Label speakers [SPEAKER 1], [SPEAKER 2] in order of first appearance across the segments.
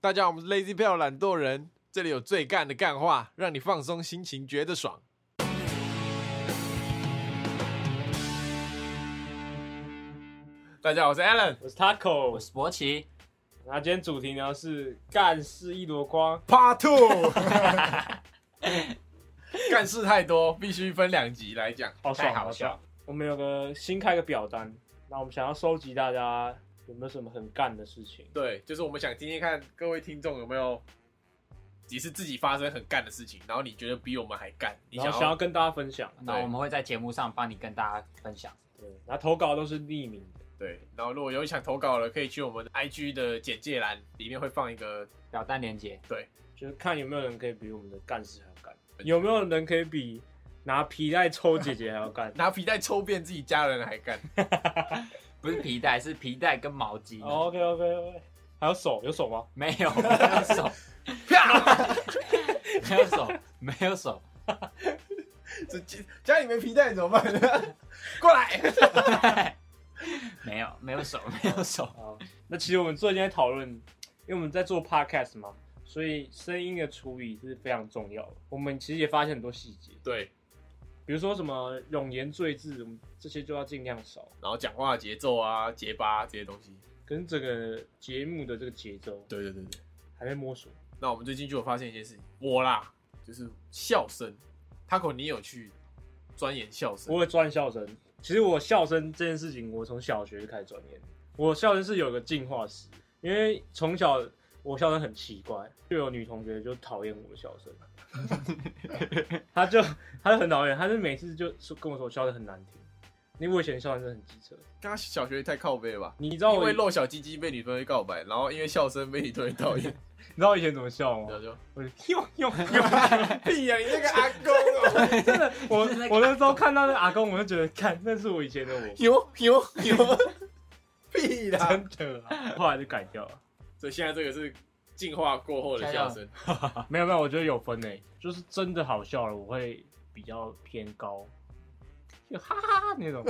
[SPEAKER 1] 大家好，我们是 Lazy 票懒惰人，这里有最干的干话，让你放松心情，觉得爽。大家好，我是 Alan，
[SPEAKER 2] 我是 Taco，
[SPEAKER 3] 我是博奇，
[SPEAKER 2] 那今天主题呢是干事一箩筐，
[SPEAKER 1] Part Two，干事太多，必须分两集来讲，
[SPEAKER 2] 好爽
[SPEAKER 1] 太好笑
[SPEAKER 2] 爽。我们有个新开个表单，那我们想要收集大家有没有什么很干的事情。
[SPEAKER 1] 对，就是我们想听听看各位听众有没有，也是自己发生很干的事情，然后你觉得比我们还干，你
[SPEAKER 2] 然
[SPEAKER 1] 想
[SPEAKER 2] 后
[SPEAKER 1] 要
[SPEAKER 2] 想要跟大家分享，啊
[SPEAKER 3] 那我们会在节目上帮你跟大家分享。
[SPEAKER 2] 对，然后投稿都是匿名的，
[SPEAKER 1] 对，然后如果有想投稿了，可以去我们 IG 的简介栏里面会放一个。
[SPEAKER 3] 表单连接，
[SPEAKER 2] 就是看有没有人可以比我们的干事还要干，有没有人可以比拿皮带抽姐姐还要干
[SPEAKER 1] 拿皮带抽遍自己家人还干，
[SPEAKER 3] 不是皮带，是皮带跟毛巾。哦，
[SPEAKER 2] OK OK OK，还有手有手吗？
[SPEAKER 3] 没 有，没有手，
[SPEAKER 1] 啪！
[SPEAKER 3] 没有手，没有手。
[SPEAKER 1] 这家家里没皮带怎么办呢？ 过来，
[SPEAKER 3] 没有，没有手，没有
[SPEAKER 1] 啊
[SPEAKER 3] 手。
[SPEAKER 2] 好，那其实我们最近在讨论，因为我们在做 podcast 嘛，所以声音的处理是非常重要的。我们其实也发现很多细节，
[SPEAKER 1] 对，
[SPEAKER 2] 比如说什么冗言赘字，我们这些就要尽量少。
[SPEAKER 1] 然后讲话的节奏啊、结巴、这些东西，
[SPEAKER 2] 跟这个节目的这个节奏
[SPEAKER 1] 对对对对。
[SPEAKER 2] 还在摸索，
[SPEAKER 1] 那我们最近就有发现一件事情，我啦，就是笑声，Taco 你有去钻研笑声
[SPEAKER 2] 我，会钻笑声。其实我笑声这件事情，我从小学就开始钻研。我笑声是有个进化史，因为从小我笑声很奇怪，就有女同学就讨厌我的笑声，她就她就很讨厌，她就每次就说跟我说我笑声很难听，因为我以前笑声真的很机车。
[SPEAKER 1] 刚刚小学太靠背了吧？
[SPEAKER 2] 你知道
[SPEAKER 1] 因
[SPEAKER 2] 我
[SPEAKER 1] 为
[SPEAKER 2] 以你
[SPEAKER 1] 露小鸡鸡被女朋友告白，然后因为笑声被女朋友讨厌，
[SPEAKER 2] 知道我以前怎么笑
[SPEAKER 1] 然
[SPEAKER 2] 吗？
[SPEAKER 1] 后就
[SPEAKER 2] 我就 用用用，
[SPEAKER 1] 屁呀、你那个阿公、哦，
[SPEAKER 2] 真的， 我我那时候看到那阿公，我就觉得，看那是我以前的我。
[SPEAKER 1] 有有 有，屁啦！
[SPEAKER 2] 真的、啊，后来就改掉了。
[SPEAKER 1] 所以现在这个是进化过后的笑声，
[SPEAKER 2] 啊没有没有，我觉得有分诶、就是真的好笑了，我会比较偏高，就哈哈哈那种，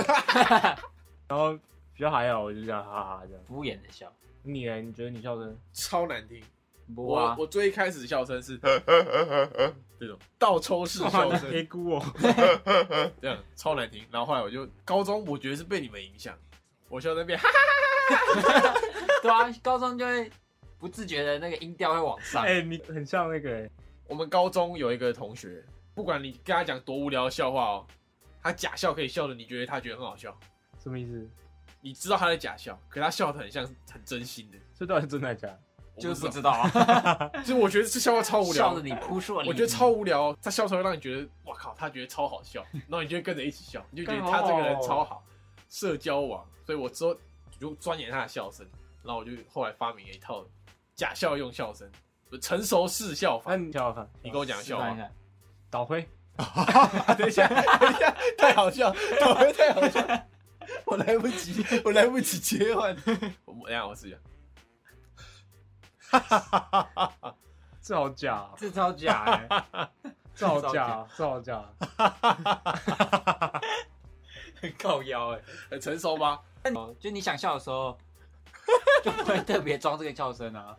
[SPEAKER 2] 然后比较还好，我就这样哈哈这样。
[SPEAKER 3] 敷衍的笑。
[SPEAKER 2] 你呢？你觉得你笑声？
[SPEAKER 1] 超难听。
[SPEAKER 3] 我
[SPEAKER 1] 我
[SPEAKER 3] 啊，
[SPEAKER 1] 我最一开始笑声 是这种倒抽式笑
[SPEAKER 2] 别
[SPEAKER 1] 声，
[SPEAKER 2] 估我。
[SPEAKER 1] 这样超难听。然后后来我就高中，我觉得是被你们影响，我笑声变哈
[SPEAKER 3] 对啊，高中就会不自觉的那个音调会往上。
[SPEAKER 2] 哎、你很像那个、欸，
[SPEAKER 1] 我们高中有一个同学，不管你跟他讲多无聊的笑话哦，他假笑可以笑的，你觉得他觉得很好笑，
[SPEAKER 2] 什么意思？
[SPEAKER 1] 你知道他在假笑，可他笑的很像很真心的，
[SPEAKER 2] 这到底是真的还是假的？
[SPEAKER 3] 就是
[SPEAKER 1] 我
[SPEAKER 3] 不
[SPEAKER 1] 不知
[SPEAKER 3] 知
[SPEAKER 1] 道，
[SPEAKER 3] 道 啊，
[SPEAKER 1] 就是我觉得这笑话超无
[SPEAKER 3] 笑
[SPEAKER 1] 聊
[SPEAKER 3] 的，你扑朔迷离。
[SPEAKER 1] 我觉得超无聊哦，他笑出来让你觉得哇靠，他觉得超好 笑，然后你就会跟着一起笑，你就觉得他这个人超好，社交王，所以我之后就钻研他的笑声，然后我就后来发明了一套假笑用笑声，成熟式笑法
[SPEAKER 2] 那。你笑看，
[SPEAKER 1] 你跟我讲个
[SPEAKER 3] 示
[SPEAKER 1] 笑话
[SPEAKER 3] 范一，下。
[SPEAKER 2] 倒灰，
[SPEAKER 1] 啊等一 下，等一下，太好笑，倒霉太好笑，我来不及，我来不及切换。 我等一下我试一下，
[SPEAKER 2] 这好假、啊，
[SPEAKER 3] 这啊超假的，
[SPEAKER 2] 这好假、啊，这好假、啊。
[SPEAKER 3] 很靠腰哎。
[SPEAKER 1] 很成熟吗？
[SPEAKER 3] 哦，就你想笑的时候，就不会特别装这个笑声啊。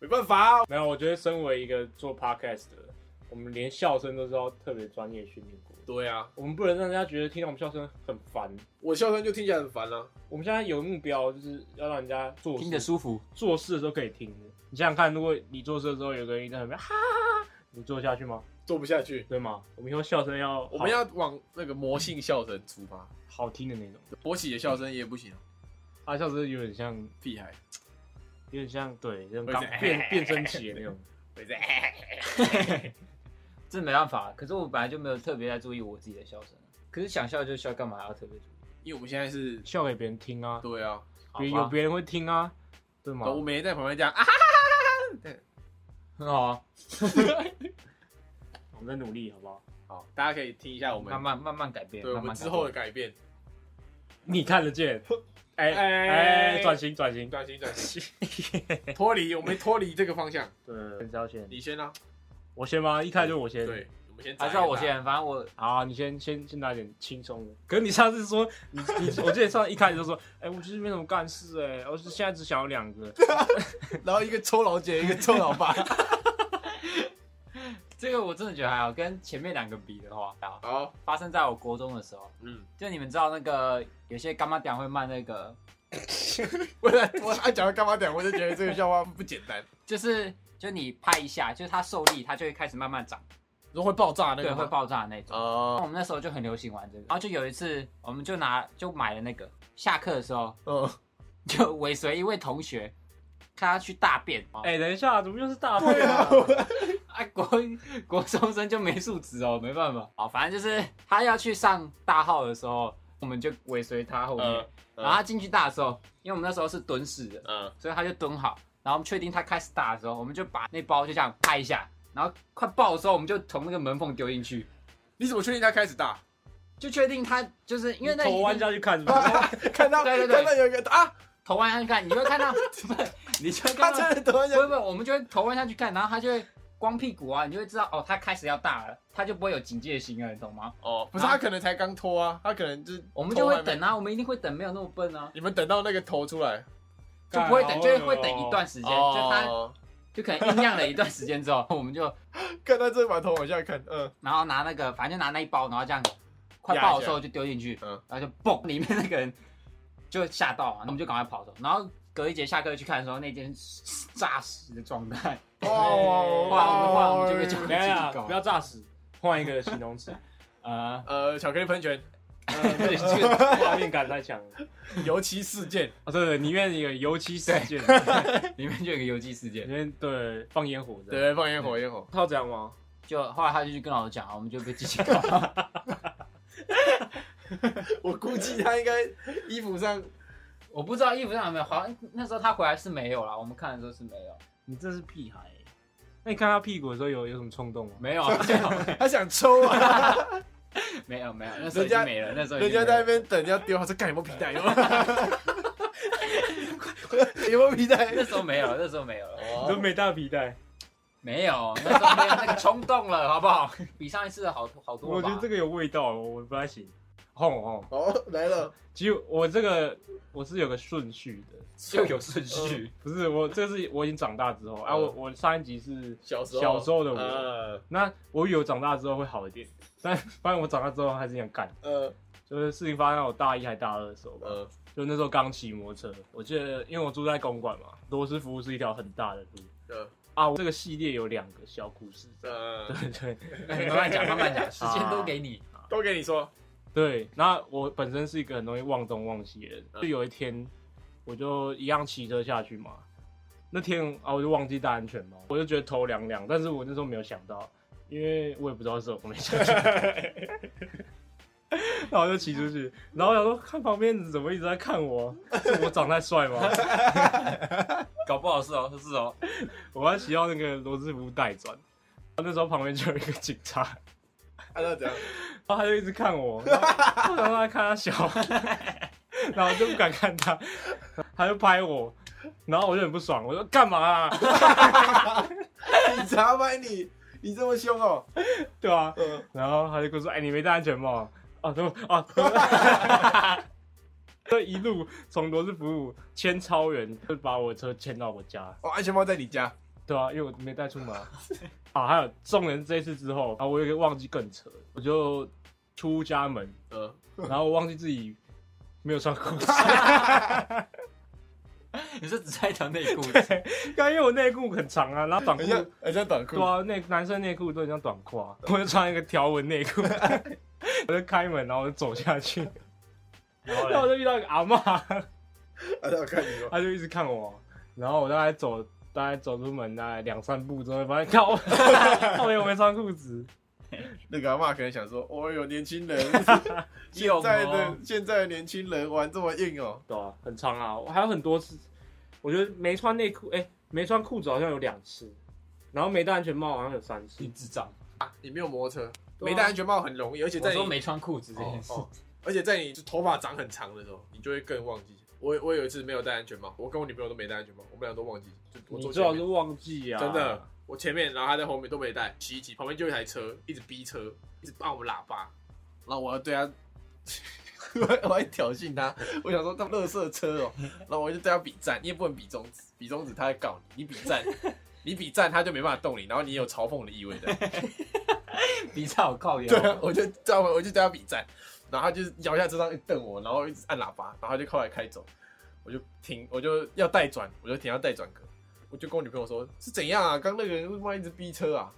[SPEAKER 1] 没办法、啊，
[SPEAKER 2] 没有，我觉得身为一个做 podcast 的人，我们连笑声都是要特别专业训练过的。
[SPEAKER 1] 对啊，
[SPEAKER 2] 我们不能让人家觉得听到我们笑声很烦。
[SPEAKER 1] 我笑声就听起来很烦啊了、
[SPEAKER 2] 我们现在有目标，就是要让人家做
[SPEAKER 3] 听得
[SPEAKER 2] 事，
[SPEAKER 3] 舒服，
[SPEAKER 2] 做事的时候可以听的。你想想看，如果你做事的时候有个人在旁边哈哈哈，你做得下去吗？
[SPEAKER 1] 做不下去。
[SPEAKER 2] 对吗？我们以后笑声要
[SPEAKER 1] 我们要往那个魔性笑声出发，
[SPEAKER 2] 好好听的那种。
[SPEAKER 1] 博喜的笑声也不行、啊，
[SPEAKER 2] 他笑声有点像，
[SPEAKER 1] 屁孩，
[SPEAKER 2] 有点像对，那种
[SPEAKER 1] 会
[SPEAKER 2] 刚
[SPEAKER 1] 是
[SPEAKER 2] 变变声期的那种。
[SPEAKER 1] 对不对？
[SPEAKER 3] 这没办法。可是我本来就没有特别在注意我自己的笑声，可是想笑就笑，干嘛还要特别注意？
[SPEAKER 1] 因为我们现在 是，
[SPEAKER 2] 笑给别人听啊，
[SPEAKER 1] 对啊，
[SPEAKER 3] 好吧
[SPEAKER 2] 别有别人会听啊，对吗？
[SPEAKER 1] 我每天在旁边这样啊，
[SPEAKER 3] 很好啊，
[SPEAKER 2] 我们在努力，好不好？
[SPEAKER 1] 好，大家可以听一下我们
[SPEAKER 3] 慢，慢慢慢改变，
[SPEAKER 1] 对我们
[SPEAKER 3] 慢慢改
[SPEAKER 1] 之
[SPEAKER 3] 变
[SPEAKER 1] 后的改变，
[SPEAKER 2] 你看得 见？哎
[SPEAKER 1] 哎
[SPEAKER 2] 哎，转型转 型，
[SPEAKER 1] 转型转型， 脱离，我们脱离这个方向，
[SPEAKER 2] 对，很超前。
[SPEAKER 1] 你先啊，
[SPEAKER 2] 我先吗？一开始就我先。
[SPEAKER 1] 对，我们先
[SPEAKER 3] 还是要我先，反正我
[SPEAKER 2] 好啊，你先先先拿点轻松的。可是你上次说你你，我记得上一开始就说， 哎、我就是没什么干事哎、我是现在只想要两 个。
[SPEAKER 1] 先，然后一个抽老姐，一个抽老 爸。
[SPEAKER 3] 这个我真的觉得还好，跟前面两个比的话，啊，
[SPEAKER 1] 好，
[SPEAKER 3] 发生在我国中的时候，
[SPEAKER 1] 嗯，
[SPEAKER 3] 就你们知道那个有些干妈店会卖那个，
[SPEAKER 1] 我我他讲到干嘛点，我就觉得这个笑话不简单，
[SPEAKER 3] 就是就你拍一下，就是它受力，它就会开始慢慢长，
[SPEAKER 1] 如果会爆炸那
[SPEAKER 3] 对，
[SPEAKER 1] 个
[SPEAKER 3] 会
[SPEAKER 1] 吗？
[SPEAKER 3] 爆炸的那种。
[SPEAKER 1] 啊，
[SPEAKER 3] 哦我们那时候就很流行玩这个，然后就有一次，我们就拿就买了那个，下课的时候
[SPEAKER 1] 嗯，
[SPEAKER 2] 哦
[SPEAKER 3] 就尾随一位同学，看他去大便，哎、
[SPEAKER 2] 哎、等一下，怎么又是大便
[SPEAKER 1] 对啊
[SPEAKER 2] 啊？
[SPEAKER 3] 啊国 国中生就没素质哦，没办法，好，反正就是他要去上大号的时候，我们就尾随他后面，
[SPEAKER 2] 呃
[SPEAKER 1] 嗯嗯
[SPEAKER 3] 然后他进去大的时候，因为我们那时候是蹲式的，
[SPEAKER 1] 嗯，
[SPEAKER 3] 所以他就蹲好，然后我们确定他开始打的时候，我们就把那包就这样拍一下，然后快爆的时候，我们就从那个门缝丢进去，
[SPEAKER 1] 你怎么确定他开始 大？
[SPEAKER 3] 就确定他就是 因为那
[SPEAKER 2] 头弯下去看是不是？
[SPEAKER 1] 看到
[SPEAKER 3] 对对对
[SPEAKER 1] 看到有一个啊，
[SPEAKER 3] 头弯下去看，你就会 看到，不是，你就会
[SPEAKER 1] 他
[SPEAKER 3] 看到，
[SPEAKER 1] 真的突然
[SPEAKER 3] 不
[SPEAKER 1] 间
[SPEAKER 3] 会不会，我们就会头弯下去看，然后他就会光屁股啊，你就会知道哦，他开始要大了，他就不会有警戒心了，你懂吗？
[SPEAKER 1] 哦，不是他可能才刚脱啊，他可能就是
[SPEAKER 3] 我们就会
[SPEAKER 1] 哦头还
[SPEAKER 3] 等
[SPEAKER 1] 没，
[SPEAKER 3] 啊，我们一定会等，没有那么笨啊，
[SPEAKER 1] 你们等到那个头出来，
[SPEAKER 3] 就不会等，
[SPEAKER 2] 干
[SPEAKER 3] 就是会等一段时间，就他
[SPEAKER 1] 哦，
[SPEAKER 3] 就可能酝酿了一段时间之后，我们就
[SPEAKER 1] 看他这把头往下看，嗯，
[SPEAKER 3] 然后拿那个，反正就拿那一包，然后这样快爆的时候就丢进去，
[SPEAKER 1] 嗯
[SPEAKER 3] 然后就嘣，里面那个人就吓到啊嘛，然后我们就赶快跑走。然后隔一节下课去看的时候，那间是诈死的状态，
[SPEAKER 1] 哦，
[SPEAKER 3] 哇我们哇我们这个就
[SPEAKER 2] 等一下，不要炸死，换一个形容词。
[SPEAKER 3] 呃，
[SPEAKER 1] 呃，巧克力喷泉，
[SPEAKER 2] 呃，这这个 画面感太强了。
[SPEAKER 1] 尤其事件，
[SPEAKER 2] 哦，对对，里面有油漆事件，
[SPEAKER 3] 里面就有一个游击事
[SPEAKER 2] 里
[SPEAKER 3] 件。
[SPEAKER 2] 面对放烟火的。，
[SPEAKER 1] 对，放烟火，烟火，
[SPEAKER 2] 他这样吗？
[SPEAKER 3] 就后来他就去跟老师讲，我们就被记警告。
[SPEAKER 1] 我估计他应该衣服上
[SPEAKER 3] 我不知道衣服上有没有，好像那时候他回来是没有啦，我们看的时候是没有，
[SPEAKER 2] 你真是屁孩。那你看他屁股的时候有有什么冲动吗？
[SPEAKER 3] 没 有啊，
[SPEAKER 1] 他想抽啊，
[SPEAKER 3] 没有没有，那时候已经没了，那时候已
[SPEAKER 1] 人
[SPEAKER 3] 经
[SPEAKER 1] 家
[SPEAKER 3] 没
[SPEAKER 1] 在那
[SPEAKER 3] 了。
[SPEAKER 1] 边等要丢，他说干有没有皮带？有没有有没有皮带？
[SPEAKER 3] 那时候没有，那时候没有了，
[SPEAKER 1] 哦
[SPEAKER 2] 你都没带皮带。
[SPEAKER 3] 没有，那时候没有那个冲动了，好不好？比上一次好好多
[SPEAKER 2] 我
[SPEAKER 3] 了吧。
[SPEAKER 2] 觉得这个有味道，我我不太行。哄哄，
[SPEAKER 1] 哦，来了，
[SPEAKER 2] 其实我这个我是有个顺序的，
[SPEAKER 3] 就有顺序。
[SPEAKER 2] 不是我这是我已经长大之后啊，
[SPEAKER 1] 嗯
[SPEAKER 2] 我我上一集是
[SPEAKER 1] 小时候
[SPEAKER 2] 小时候的我，
[SPEAKER 1] 呃
[SPEAKER 2] 那我以为我长大之后会好一点， 但发现我长大之后还是想干，
[SPEAKER 1] 呃
[SPEAKER 2] 就是事情发生在我大一还大二的时候吧，
[SPEAKER 1] 呃，
[SPEAKER 2] 就那时候刚骑摩托车，我记得因为我住在公馆嘛，罗斯福是一条很大的路
[SPEAKER 1] 呃
[SPEAKER 2] 啊，我这个系列有两个小故事，
[SPEAKER 1] 呃，啊
[SPEAKER 2] 对对
[SPEAKER 3] 慢慢讲，慢慢讲，时间都给你。
[SPEAKER 1] 都给你说，
[SPEAKER 2] 对，那我本身是一个很容易忘东忘西的人，就有一天我就一样骑车下去嘛，那天啊我就忘记戴安全帽，我就觉得头凉凉，但是我那时候没有想到，因为我也不知道是我没想到，然后我就骑出去，然后我想说看旁边人怎么一直在看我，是我长太帅吗？
[SPEAKER 3] 搞不好是哦，是哦。
[SPEAKER 2] 我要骑到那个罗斯福待转，然后那时候旁边就有一个警察，
[SPEAKER 1] 按照怎样？
[SPEAKER 2] 然后他就一直看我，然后我想说他看他小，然后我就不敢看他，他就拍我，然后我就很不爽，我说干嘛啊？
[SPEAKER 1] 警察拍你，你这么凶哦，
[SPEAKER 2] 对啊，
[SPEAKER 1] 嗯，
[SPEAKER 2] 然后他就跟我说，哎、你没戴安全帽啊？对啊， 这一路从罗斯福路牵超远，就把我的车牵到我家，
[SPEAKER 1] 哦，安全帽在你家，
[SPEAKER 2] 对啊，因为我没带出门啊。啊，还有众人这一次之后，啊，我有一个忘记更扯，我就出家门，
[SPEAKER 1] 呃，
[SPEAKER 2] 然后我忘记自己没有穿裤子。
[SPEAKER 3] 你是只穿一条内裤，
[SPEAKER 2] 刚因为我内裤很长啊，然后短裤
[SPEAKER 1] 很，像很像短裤
[SPEAKER 2] 对，啊，内男生内裤都很像短裤 啊，我就穿一个条纹内裤， 我就开门，然后我就走下去，
[SPEAKER 3] 然 后
[SPEAKER 2] 然后我
[SPEAKER 3] 嘞
[SPEAKER 2] 就遇到一个阿嬷，
[SPEAKER 1] 按照啊看你说，哦
[SPEAKER 2] 她就一直看我，然后我大概走大概走出门大概两三步之后，发现靠， 后面我没穿裤子，
[SPEAKER 1] 那个阿妈可能想说，哦有年轻 人，
[SPEAKER 3] 用
[SPEAKER 1] 现
[SPEAKER 3] 哦
[SPEAKER 1] 在的现在的年轻人玩这么硬哦，
[SPEAKER 2] 对啊，很长啊，我还有很多次，我觉得没穿内裤，哎、没穿裤子好像有两次，然后没戴安全帽好像有三次
[SPEAKER 3] 你，智障。
[SPEAKER 1] 你没有摩托车，
[SPEAKER 2] 对啊
[SPEAKER 1] 没戴安全帽很容易，而且
[SPEAKER 3] 我
[SPEAKER 1] 在
[SPEAKER 3] 说
[SPEAKER 1] 你
[SPEAKER 3] 没穿裤子这件事，
[SPEAKER 1] 哦，而且在你头发长很长的时候，你就会更忘记。我我有一次没有戴安全帽，我跟我女朋友都没戴安全帽，我们俩都忘记。就我
[SPEAKER 2] 你
[SPEAKER 1] 坐
[SPEAKER 2] 最
[SPEAKER 1] 前
[SPEAKER 2] 好
[SPEAKER 1] 面
[SPEAKER 2] 是忘记啊，
[SPEAKER 1] 真的，我前面，然后他在后面都没带，骑一骑，旁边就有一台车一直逼车，一直按我喇叭，然后我要对他， 我还挑衅他，我想说他乐色车哦，然后我就对他比赞，你也不能比中指，比中指他会告你，你比赞，你比赞他就没办法动你，然后你有嘲讽的意味的，
[SPEAKER 3] 比赛我靠腰
[SPEAKER 1] 对，啊，我就这样，我就对他比赞，然后他就是摇下车窗一瞪我，然后一直按喇叭，然后他就靠来开走，我就停，我就要带转，我就停要带转格，我就跟我女朋友说是怎样啊？刚那个人为什么一直逼车啊？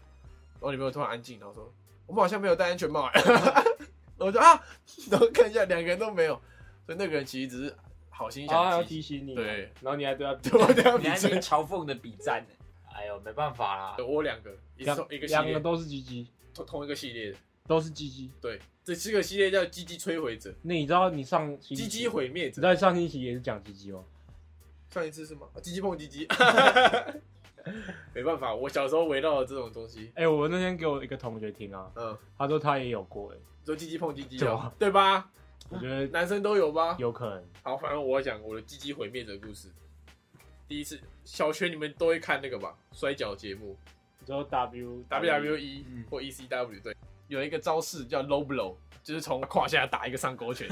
[SPEAKER 1] 然后我女朋友突然安静，然后说我们好像没有戴安全帽、欸，然 后我就啊，然后看一下两个人都没有，所以那个人其实只是好心
[SPEAKER 2] 然后哦还要
[SPEAKER 1] 想
[SPEAKER 2] 提
[SPEAKER 1] 提，
[SPEAKER 2] 醒你，啊
[SPEAKER 1] 对，
[SPEAKER 2] 然后你还 对他比，
[SPEAKER 1] 我对他
[SPEAKER 3] 你
[SPEAKER 1] 比
[SPEAKER 3] 还是
[SPEAKER 1] 赞，
[SPEAKER 3] 嘲讽的比赞呢。哎呦，没办法啦，
[SPEAKER 1] 我两个一个一个系
[SPEAKER 2] 两个
[SPEAKER 1] 列，
[SPEAKER 2] 都是鸡鸡，
[SPEAKER 1] 同同一个系列的，
[SPEAKER 2] 都是鸡鸡。
[SPEAKER 1] 对，这这个系列叫鸡鸡摧毁者，
[SPEAKER 2] 那你知道你上星期
[SPEAKER 1] 鸡鸡毁灭
[SPEAKER 2] 你
[SPEAKER 1] 者。
[SPEAKER 2] 在上星期也是讲鸡鸡哦？
[SPEAKER 1] 上一次是吗？啊鸡鸡碰鸡 鸡， 没办法，我小时候围绕着这种东西，
[SPEAKER 2] 哎、我那天给我一个同学听啊，
[SPEAKER 1] 嗯，
[SPEAKER 2] 他说他也有过、哎，
[SPEAKER 1] 说鸡鸡碰鸡鸡
[SPEAKER 2] 对
[SPEAKER 1] 哦
[SPEAKER 2] 啊，
[SPEAKER 1] 对吧？
[SPEAKER 2] 我觉得
[SPEAKER 1] 男生都有吧？
[SPEAKER 2] 有可能。
[SPEAKER 1] 好，反正我讲我的鸡鸡毁灭者故事。第一次，小学你们都会看那个吧，摔跤节目
[SPEAKER 2] 你知道 W
[SPEAKER 1] WWE
[SPEAKER 3] 嗯
[SPEAKER 1] E 或 ECW，对，有一个招式叫 low blow，就是从胯下打一个上 勾拳。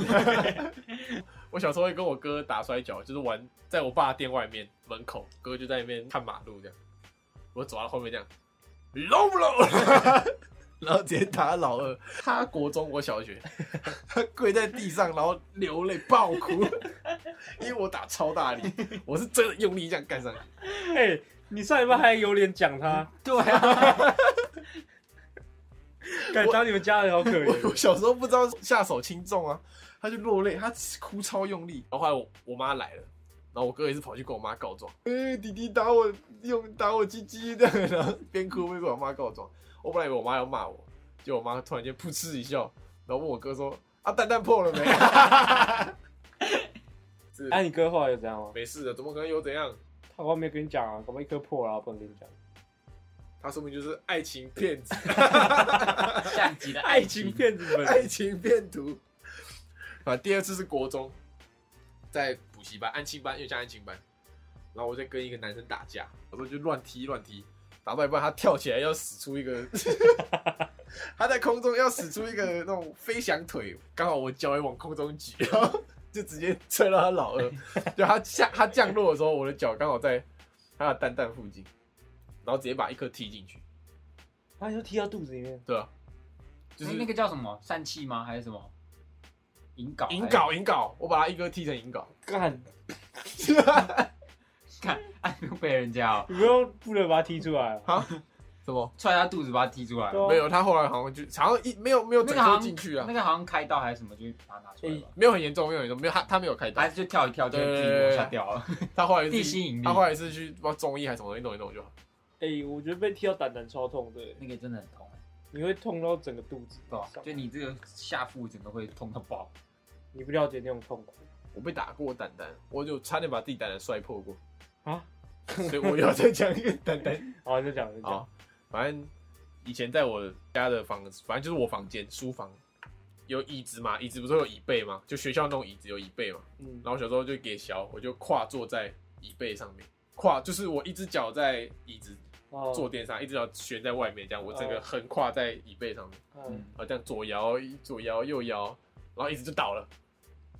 [SPEAKER 1] 我小时候会跟我哥打摔跤，就是玩在我爸店外面门口，哥就在那边看马路这样，我走到后面这样 low blow，然 后直接打老二，他国中我小学，他跪在地上然后流泪爆哭， 因为我打超大力，我是真的用力这样干上去。
[SPEAKER 2] 哎、你上礼拜还有脸讲他，
[SPEAKER 3] 对啊，
[SPEAKER 2] 感觉你们家人好可
[SPEAKER 1] 嗯 我我
[SPEAKER 2] 怜。
[SPEAKER 1] 小时候不知道下手轻重啊，他就落泪，他哭超用力。然后后来我我妈来了，然后我哥也是跑去跟我妈告状，呃、弟弟打我用打我鸡鸡的，然后边哭边跟我妈告状。我本来以为我妈要骂我，结果我妈突然间噗嗤一笑，然后问我哥说：“啊，蛋蛋破了没？” 是
[SPEAKER 2] 哎、你哥后来有这样吗？
[SPEAKER 1] 没事的，怎么可能有怎样？
[SPEAKER 2] 他外面跟你讲啊，搞不好一颗破了，不能跟你讲。
[SPEAKER 1] 他说明就是爱情骗子。
[SPEAKER 3] 下集的
[SPEAKER 2] 爱情骗子 们，
[SPEAKER 1] 爱情骗图。啊，第二次是国中，在补习班、安亲班，又加安亲班，然后我在跟一个男生打架，我说就乱踢乱踢，打到一半他跳起来要使出一个， 他在空中要使出一个那种飞翔腿，刚好我脚也往空中举，然后就直接吹到他老 二，就他下他降落的时候，我的脚刚好在他的蛋蛋附近，然后直接把一颗踢进去，
[SPEAKER 2] 他就踢到肚子里面。
[SPEAKER 1] 对吧、就
[SPEAKER 3] 就是
[SPEAKER 1] 是
[SPEAKER 3] 哎那个叫什么疝气吗？还是什么引睾？
[SPEAKER 1] 引睾引睾，我把他一哥踢成引睾。
[SPEAKER 2] 干，
[SPEAKER 3] 看，哎，不用被人家哦，
[SPEAKER 2] 你不用不能把他踢出来 啊。
[SPEAKER 1] 啊？什么？
[SPEAKER 3] 踹他肚子把他踢出来。
[SPEAKER 2] 对啊
[SPEAKER 1] 没有，他后来好像就好像一没有没有
[SPEAKER 3] 那
[SPEAKER 1] 整
[SPEAKER 3] 个好
[SPEAKER 1] 个
[SPEAKER 3] 像
[SPEAKER 1] 进去啊
[SPEAKER 3] 那，个好像开刀还是什么，就把他拿出来吧。
[SPEAKER 1] 没有很严重，没有很严重，没有他他没有开刀
[SPEAKER 3] 还，是就跳一跳，就自己
[SPEAKER 1] 对
[SPEAKER 3] 往下掉了。
[SPEAKER 1] 他后来是
[SPEAKER 3] 哎地心引力
[SPEAKER 1] 他后来是去不知道中医还是什么东西弄一弄就好。
[SPEAKER 2] 哎、我觉得被踢到胆胆超痛的，
[SPEAKER 3] 那个真的很痛，哎
[SPEAKER 2] 你会痛到整个肚子
[SPEAKER 3] 对吧？
[SPEAKER 2] 上
[SPEAKER 3] 就你这个下腹整个会痛到爆。
[SPEAKER 2] 你不了解那种痛苦。
[SPEAKER 1] 我被打过蛋蛋，我就差点把自己蛋蛋摔破过
[SPEAKER 2] 啊，
[SPEAKER 1] 所以我又要再讲一个蛋蛋。
[SPEAKER 2] 好，就讲就讲
[SPEAKER 1] 好。，反正以前在我家的房子，反正就是我房间书房有椅子嘛，椅子不是会有椅背嘛，就学校那种椅子有椅背嘛。
[SPEAKER 2] 嗯
[SPEAKER 1] 然，后我小时候就给小，我就跨坐在椅背上面，跨就是我一只脚在椅子
[SPEAKER 2] 哦
[SPEAKER 1] 坐垫上，一只脚悬在外面，这样我整个
[SPEAKER 2] 哦
[SPEAKER 1] 横跨在椅背上面，
[SPEAKER 2] 嗯，
[SPEAKER 1] 啊，这样左摇左摇右摇，然后一直就倒了，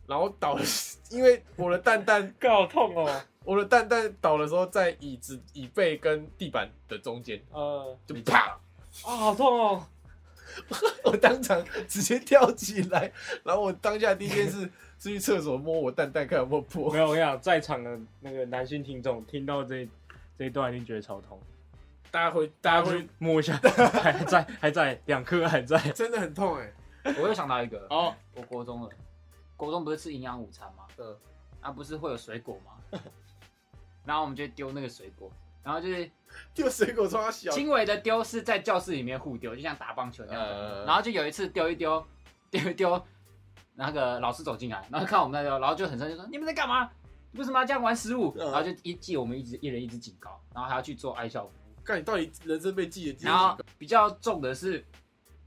[SPEAKER 1] 然后倒了， 因为我的蛋蛋，
[SPEAKER 2] 干好痛哦。
[SPEAKER 1] 我的蛋蛋倒的时候在椅子椅背跟地板的中间，
[SPEAKER 2] 呃，
[SPEAKER 1] 就啪，
[SPEAKER 2] 啊，好痛哦。
[SPEAKER 1] 我当场直接跳起来，然后我当下第一 件事是去厕所摸我蛋蛋看有没有破
[SPEAKER 2] 没，有，我跟你讲，在场的那个男性听众听到这这一段，一定觉得超痛。
[SPEAKER 1] 大家会大家
[SPEAKER 2] 就
[SPEAKER 1] 会
[SPEAKER 2] 摸一 下，还在，还在，两颗还在。
[SPEAKER 1] 真的很痛哎、
[SPEAKER 3] 我又想到一个，
[SPEAKER 1] 哦，
[SPEAKER 3] 我国中了，国中不是吃营养午餐吗？
[SPEAKER 1] 嗯，
[SPEAKER 3] 啊，不是会有水果吗？ 然后我们就丢那个水果，然后就是
[SPEAKER 1] 丢水果从他小，
[SPEAKER 3] 轻微的丢是在教室里面互丢，就像打棒球那样的。
[SPEAKER 1] 呃
[SPEAKER 3] 然后就有一次丢一丢，丢一丢，那个老师走进来，然后看我们在丢，然后就很生气说：“你们在干嘛？为什么要这样玩食物？”
[SPEAKER 1] 嗯
[SPEAKER 3] 然后就一记我们一直一人一只警告，然后还要去做爱校服务。
[SPEAKER 1] 看你到底人生被记的，
[SPEAKER 3] 然后比较重的是，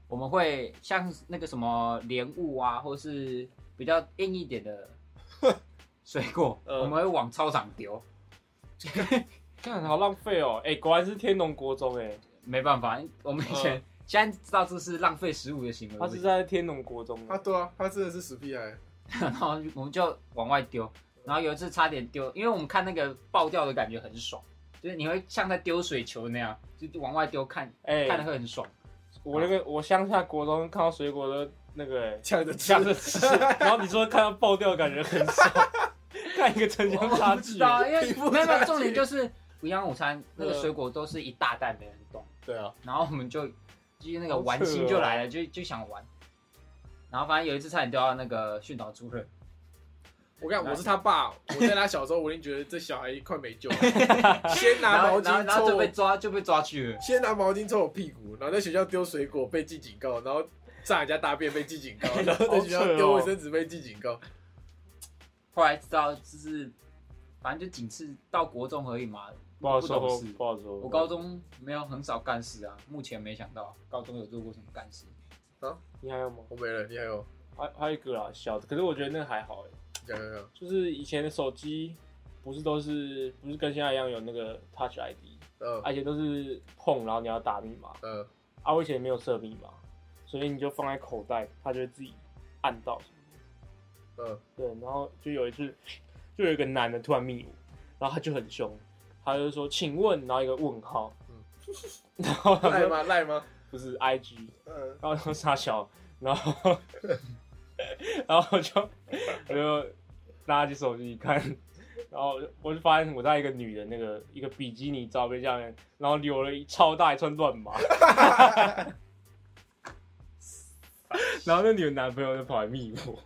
[SPEAKER 3] 我们会像那个什么莲雾啊，或是比较硬 一点的水果，
[SPEAKER 1] 嗯
[SPEAKER 3] 我们会往操场丢。
[SPEAKER 2] 看好浪费哦，哎、果然是天龙国中哎、
[SPEAKER 3] 没办法，我们以前、现在知道这是浪费食物的行为，
[SPEAKER 2] 他是在天龙国中，
[SPEAKER 1] 他对啊，他真的是死屁孩，
[SPEAKER 3] 然后我们就往外丢，然后有一次差点丢，因为我们看那个爆掉的感觉很爽，就是你会像在丢水球那样，就往外丢看，
[SPEAKER 2] 哎、
[SPEAKER 3] 看的会很爽。
[SPEAKER 2] 我那个我乡下国中看到水果都那个、 哎
[SPEAKER 1] 抢着
[SPEAKER 2] 吓着吃，然后你说看到爆掉，感觉很 爽，看一个城乡差
[SPEAKER 3] 不
[SPEAKER 2] 距
[SPEAKER 3] 知，道，啊 因为
[SPEAKER 1] 贫富
[SPEAKER 3] 没有没
[SPEAKER 1] 差
[SPEAKER 3] 有
[SPEAKER 1] 距
[SPEAKER 3] 重点就是不一样午餐那个水果都是一大袋没人动，
[SPEAKER 1] 对啊，
[SPEAKER 3] 然后我们就就是那个
[SPEAKER 2] 好
[SPEAKER 3] 玩
[SPEAKER 2] 扯
[SPEAKER 3] 心
[SPEAKER 2] 哦
[SPEAKER 3] 就来了，就就想玩。然后反正有一次差点丢到那个训导主任，
[SPEAKER 1] 我跟你讲，我是他爸，我在他小时候，我已经觉得这小孩快没 救了，先拿
[SPEAKER 3] 然
[SPEAKER 1] 毛
[SPEAKER 3] 后然后
[SPEAKER 1] 巾
[SPEAKER 3] 然后
[SPEAKER 1] 抽
[SPEAKER 3] 就被
[SPEAKER 1] 我，
[SPEAKER 3] 抓就被抓去了，
[SPEAKER 1] 先拿毛巾抽我屁股，然后在学校丢水果被记警告，然后炸人家大便被记警告，然后在学校丢卫生纸被记警告，
[SPEAKER 3] 后来知道就是反正就仅次到国中而已嘛。
[SPEAKER 2] 不好
[SPEAKER 3] 不
[SPEAKER 2] 说
[SPEAKER 3] 懂事，
[SPEAKER 2] 不好说。
[SPEAKER 3] 我高中没有很少干事啊，目前没想到高中有做过什么干事。
[SPEAKER 2] 你还有吗？
[SPEAKER 1] 我没了，你还有
[SPEAKER 2] 还还有一个啦，小的，可是我觉得那个还好哎、
[SPEAKER 1] 讲讲讲，
[SPEAKER 2] 就是以前的手机不是都是不是跟现在一样有那个 Touch ID，
[SPEAKER 1] 嗯
[SPEAKER 2] 而且都是碰，然后你要打密码。
[SPEAKER 1] 嗯，
[SPEAKER 2] 啊，我以前没有设密码，所以你就放在口袋，它就会自己按到。
[SPEAKER 1] 嗯，
[SPEAKER 2] 对，然后就有一次，就有一个男的突然密我，然后他就很凶，他就说：“请问，然后一个问号， 然后他
[SPEAKER 1] 赖
[SPEAKER 2] 说
[SPEAKER 1] 吗赖吗？
[SPEAKER 2] 不是 IG，
[SPEAKER 1] 嗯，
[SPEAKER 2] 然后他傻小，然 后然后我就我就拿起手机一看，然后我就我就发现我在一个女的那个一个比基尼照片下面，然后留了一超大一串乱 码，然后那女的男朋友就跑来密我，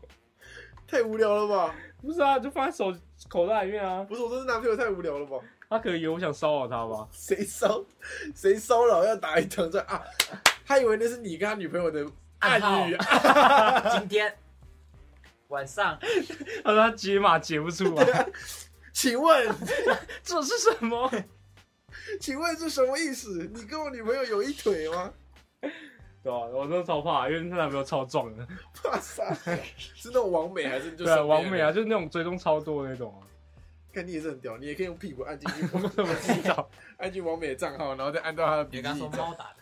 [SPEAKER 1] 太无聊了吧？
[SPEAKER 2] 不是啊，就放在手口袋里面啊，
[SPEAKER 1] 不是，我说这男朋友太无聊了吧？
[SPEAKER 2] 他可能以为我想骚扰他吧，
[SPEAKER 1] 谁骚谁骚扰要打一枪战啊？他以为那是你跟他女朋友的暗语，啊
[SPEAKER 2] 啊
[SPEAKER 3] 今天晚上
[SPEAKER 2] 他说他解码解不出来，
[SPEAKER 1] 请问，
[SPEAKER 2] 这是什么？
[SPEAKER 1] 请问是什么意思？你跟我女朋友有一腿吗？
[SPEAKER 2] 对啊，我真的超怕，因为她男朋友超壮的。
[SPEAKER 1] 哇塞，是那种王美还是就
[SPEAKER 2] 对啊，
[SPEAKER 1] 是
[SPEAKER 2] 完美啊，？就是那种追踪超多的那种啊。
[SPEAKER 1] 看你也是很屌，你也可以用屁股按进去，
[SPEAKER 2] 我怎么知道
[SPEAKER 1] 按进王美的账号，然后再按到他的笔
[SPEAKER 3] 别
[SPEAKER 1] 记
[SPEAKER 3] 跟
[SPEAKER 1] 账
[SPEAKER 3] 他说
[SPEAKER 1] 号。
[SPEAKER 3] 猫打的，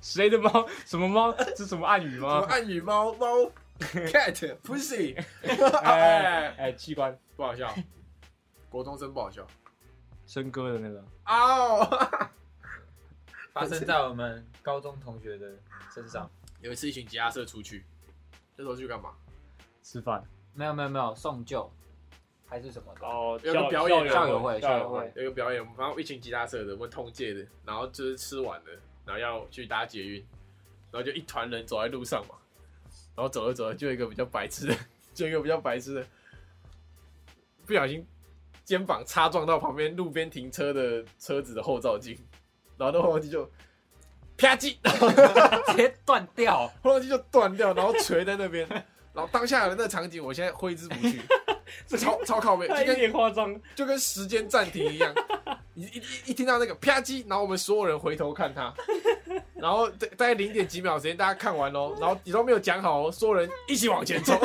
[SPEAKER 2] 谁的猫？什么猫？这什么暗语
[SPEAKER 1] 什么
[SPEAKER 2] 吗？
[SPEAKER 1] 暗语猫 猫 cat pussy，
[SPEAKER 2] 哎
[SPEAKER 1] 哎，
[SPEAKER 2] 哎，器官
[SPEAKER 1] 不好笑，国中生不好笑。
[SPEAKER 2] 生哥的那个，
[SPEAKER 1] 哦，
[SPEAKER 3] 发生在我们高中同学的身上。
[SPEAKER 2] 嗯
[SPEAKER 1] 有一次一群吉他社出去，那时候去干嘛？
[SPEAKER 2] 吃饭
[SPEAKER 3] 没有没有没有送旧还是什么的，
[SPEAKER 2] 哦，
[SPEAKER 1] 有个
[SPEAKER 2] 校
[SPEAKER 1] 表演啊
[SPEAKER 2] 校
[SPEAKER 3] 校友会
[SPEAKER 2] 校
[SPEAKER 3] 校友
[SPEAKER 2] 会
[SPEAKER 3] 会，
[SPEAKER 1] 有一个表演，我们反正一群吉他社的，我们同届的，然后就是吃完了，然后要去搭捷运，然后就一团人走在路上嘛，然后走着走着，就有一个比较白痴的，就有一个比较白痴的，不小心肩膀擦撞到旁边路边停车的车子的后照镜，然后那后照镜就啪叽，
[SPEAKER 3] 直接断掉，
[SPEAKER 1] 后照镜就断掉，然后垂在那边，然后当下的那个场景，我现在挥之不去，超超靠背， 就
[SPEAKER 2] 他有
[SPEAKER 1] 跟
[SPEAKER 2] 点夸张，
[SPEAKER 1] 就跟时间暂停一样，你一一一听到那个啪叽，然后我们所有人回头看他，然后大大概零点几秒时间，大家看完喽，然后你都没有讲好哦，所有人一起往前冲，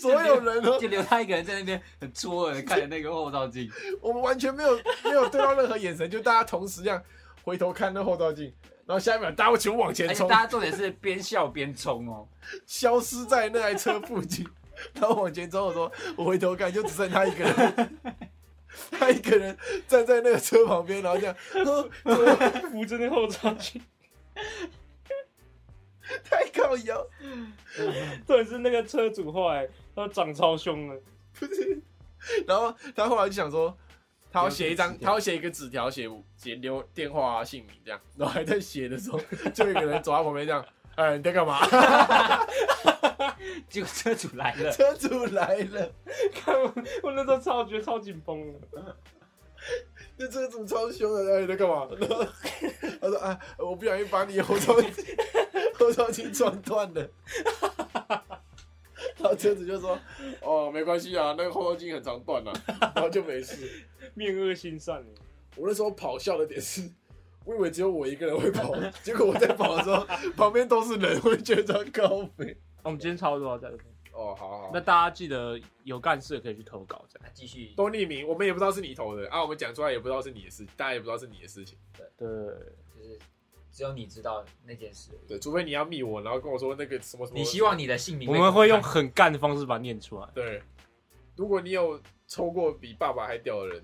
[SPEAKER 1] 所有人哦，
[SPEAKER 3] 就留他一个人在那边很戳耳地看着那个后照镜，
[SPEAKER 1] 我们完全没有没有对到任何眼神，就大家同时这样回头看那后照镜，然后下一秒大家全部往前
[SPEAKER 3] 而且
[SPEAKER 1] 冲，
[SPEAKER 3] 哎大家重点是边笑边冲哦，
[SPEAKER 1] 消失在那台车附近， 然后往前冲的时候，我回头看就只剩他一个人。他一个人站在那个车旁边，然后这样，哦呵
[SPEAKER 2] 扶着那后照镜，
[SPEAKER 1] 太搞摇，
[SPEAKER 2] 对，是那个车主后来他长超凶了，
[SPEAKER 1] 然后他后来就想说，他要写一张
[SPEAKER 3] 留，个纸条
[SPEAKER 1] 他要写一个纸条，写写留电话啊、姓名这样。然后还在写的时候，就有一个人走到旁边这样，哎，你在干嘛？，
[SPEAKER 3] 结果车主来 了
[SPEAKER 1] 车主来了，
[SPEAKER 2] 看我我那时候超觉得超紧绷的，
[SPEAKER 1] 那车主超凶的，哎，你在干嘛？ 然后他说啊，我不小心把你后照镜 后照镜撞断了。 然后车主就说：“哦，没关系啊，那个后照镜很常断啊，然后就没事。”
[SPEAKER 2] 面恶心善了，
[SPEAKER 1] 我那时候跑笑的点是，我以为只有我一个人会跑，结果我在跑的时候，旁边都是人，会觉得高飞。
[SPEAKER 2] 哦啊我们今天差不多到这里。
[SPEAKER 1] 哦，好好
[SPEAKER 2] 那，大家记得有干事的可以去投稿，这样
[SPEAKER 3] 那继续
[SPEAKER 1] 都匿名，我们也不知道是你投的啊，我们讲出来也不知道是你的事，大家也不知道是你的事情。
[SPEAKER 2] 对。
[SPEAKER 3] 就是只有你知道那件事而已。
[SPEAKER 1] 对，除非你要密我，然后跟我说那个什么什么。
[SPEAKER 3] 你希望你的姓名
[SPEAKER 2] 我
[SPEAKER 3] 被
[SPEAKER 2] 们会用
[SPEAKER 3] 公
[SPEAKER 2] 很干的方式把它念出来，
[SPEAKER 1] 对，如果你有抽过比爸爸还屌的人，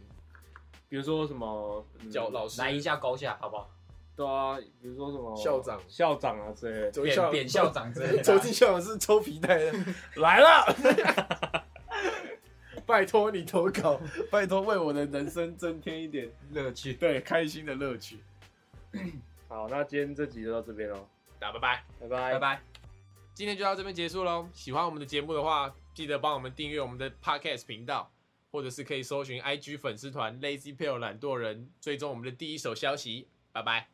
[SPEAKER 2] 比如说什么嗯
[SPEAKER 1] 叫老师
[SPEAKER 3] 开来一下高下，好不好？
[SPEAKER 2] 对啊，比如说什么
[SPEAKER 1] 校长
[SPEAKER 2] 校长啊之类的，
[SPEAKER 1] 走
[SPEAKER 3] 扁扁校长之类的
[SPEAKER 1] 走进校长是抽皮带的，
[SPEAKER 2] 来了，
[SPEAKER 1] 拜托你投稿，拜托为我的人生增添一点
[SPEAKER 3] 乐趣。
[SPEAKER 1] 对开心的乐趣。
[SPEAKER 2] 好，那今天这集就到这边喽，
[SPEAKER 1] 那拜拜。
[SPEAKER 2] 拜拜
[SPEAKER 3] 拜拜。
[SPEAKER 1] 今天就到这边结束喽。喜欢我们的节目的话，记得帮我们订阅我们的 Podcast 频道，或者是可以搜寻 IG 粉丝团 Lazy p a l e 懒惰人，追踪我们的第一手消息。拜拜。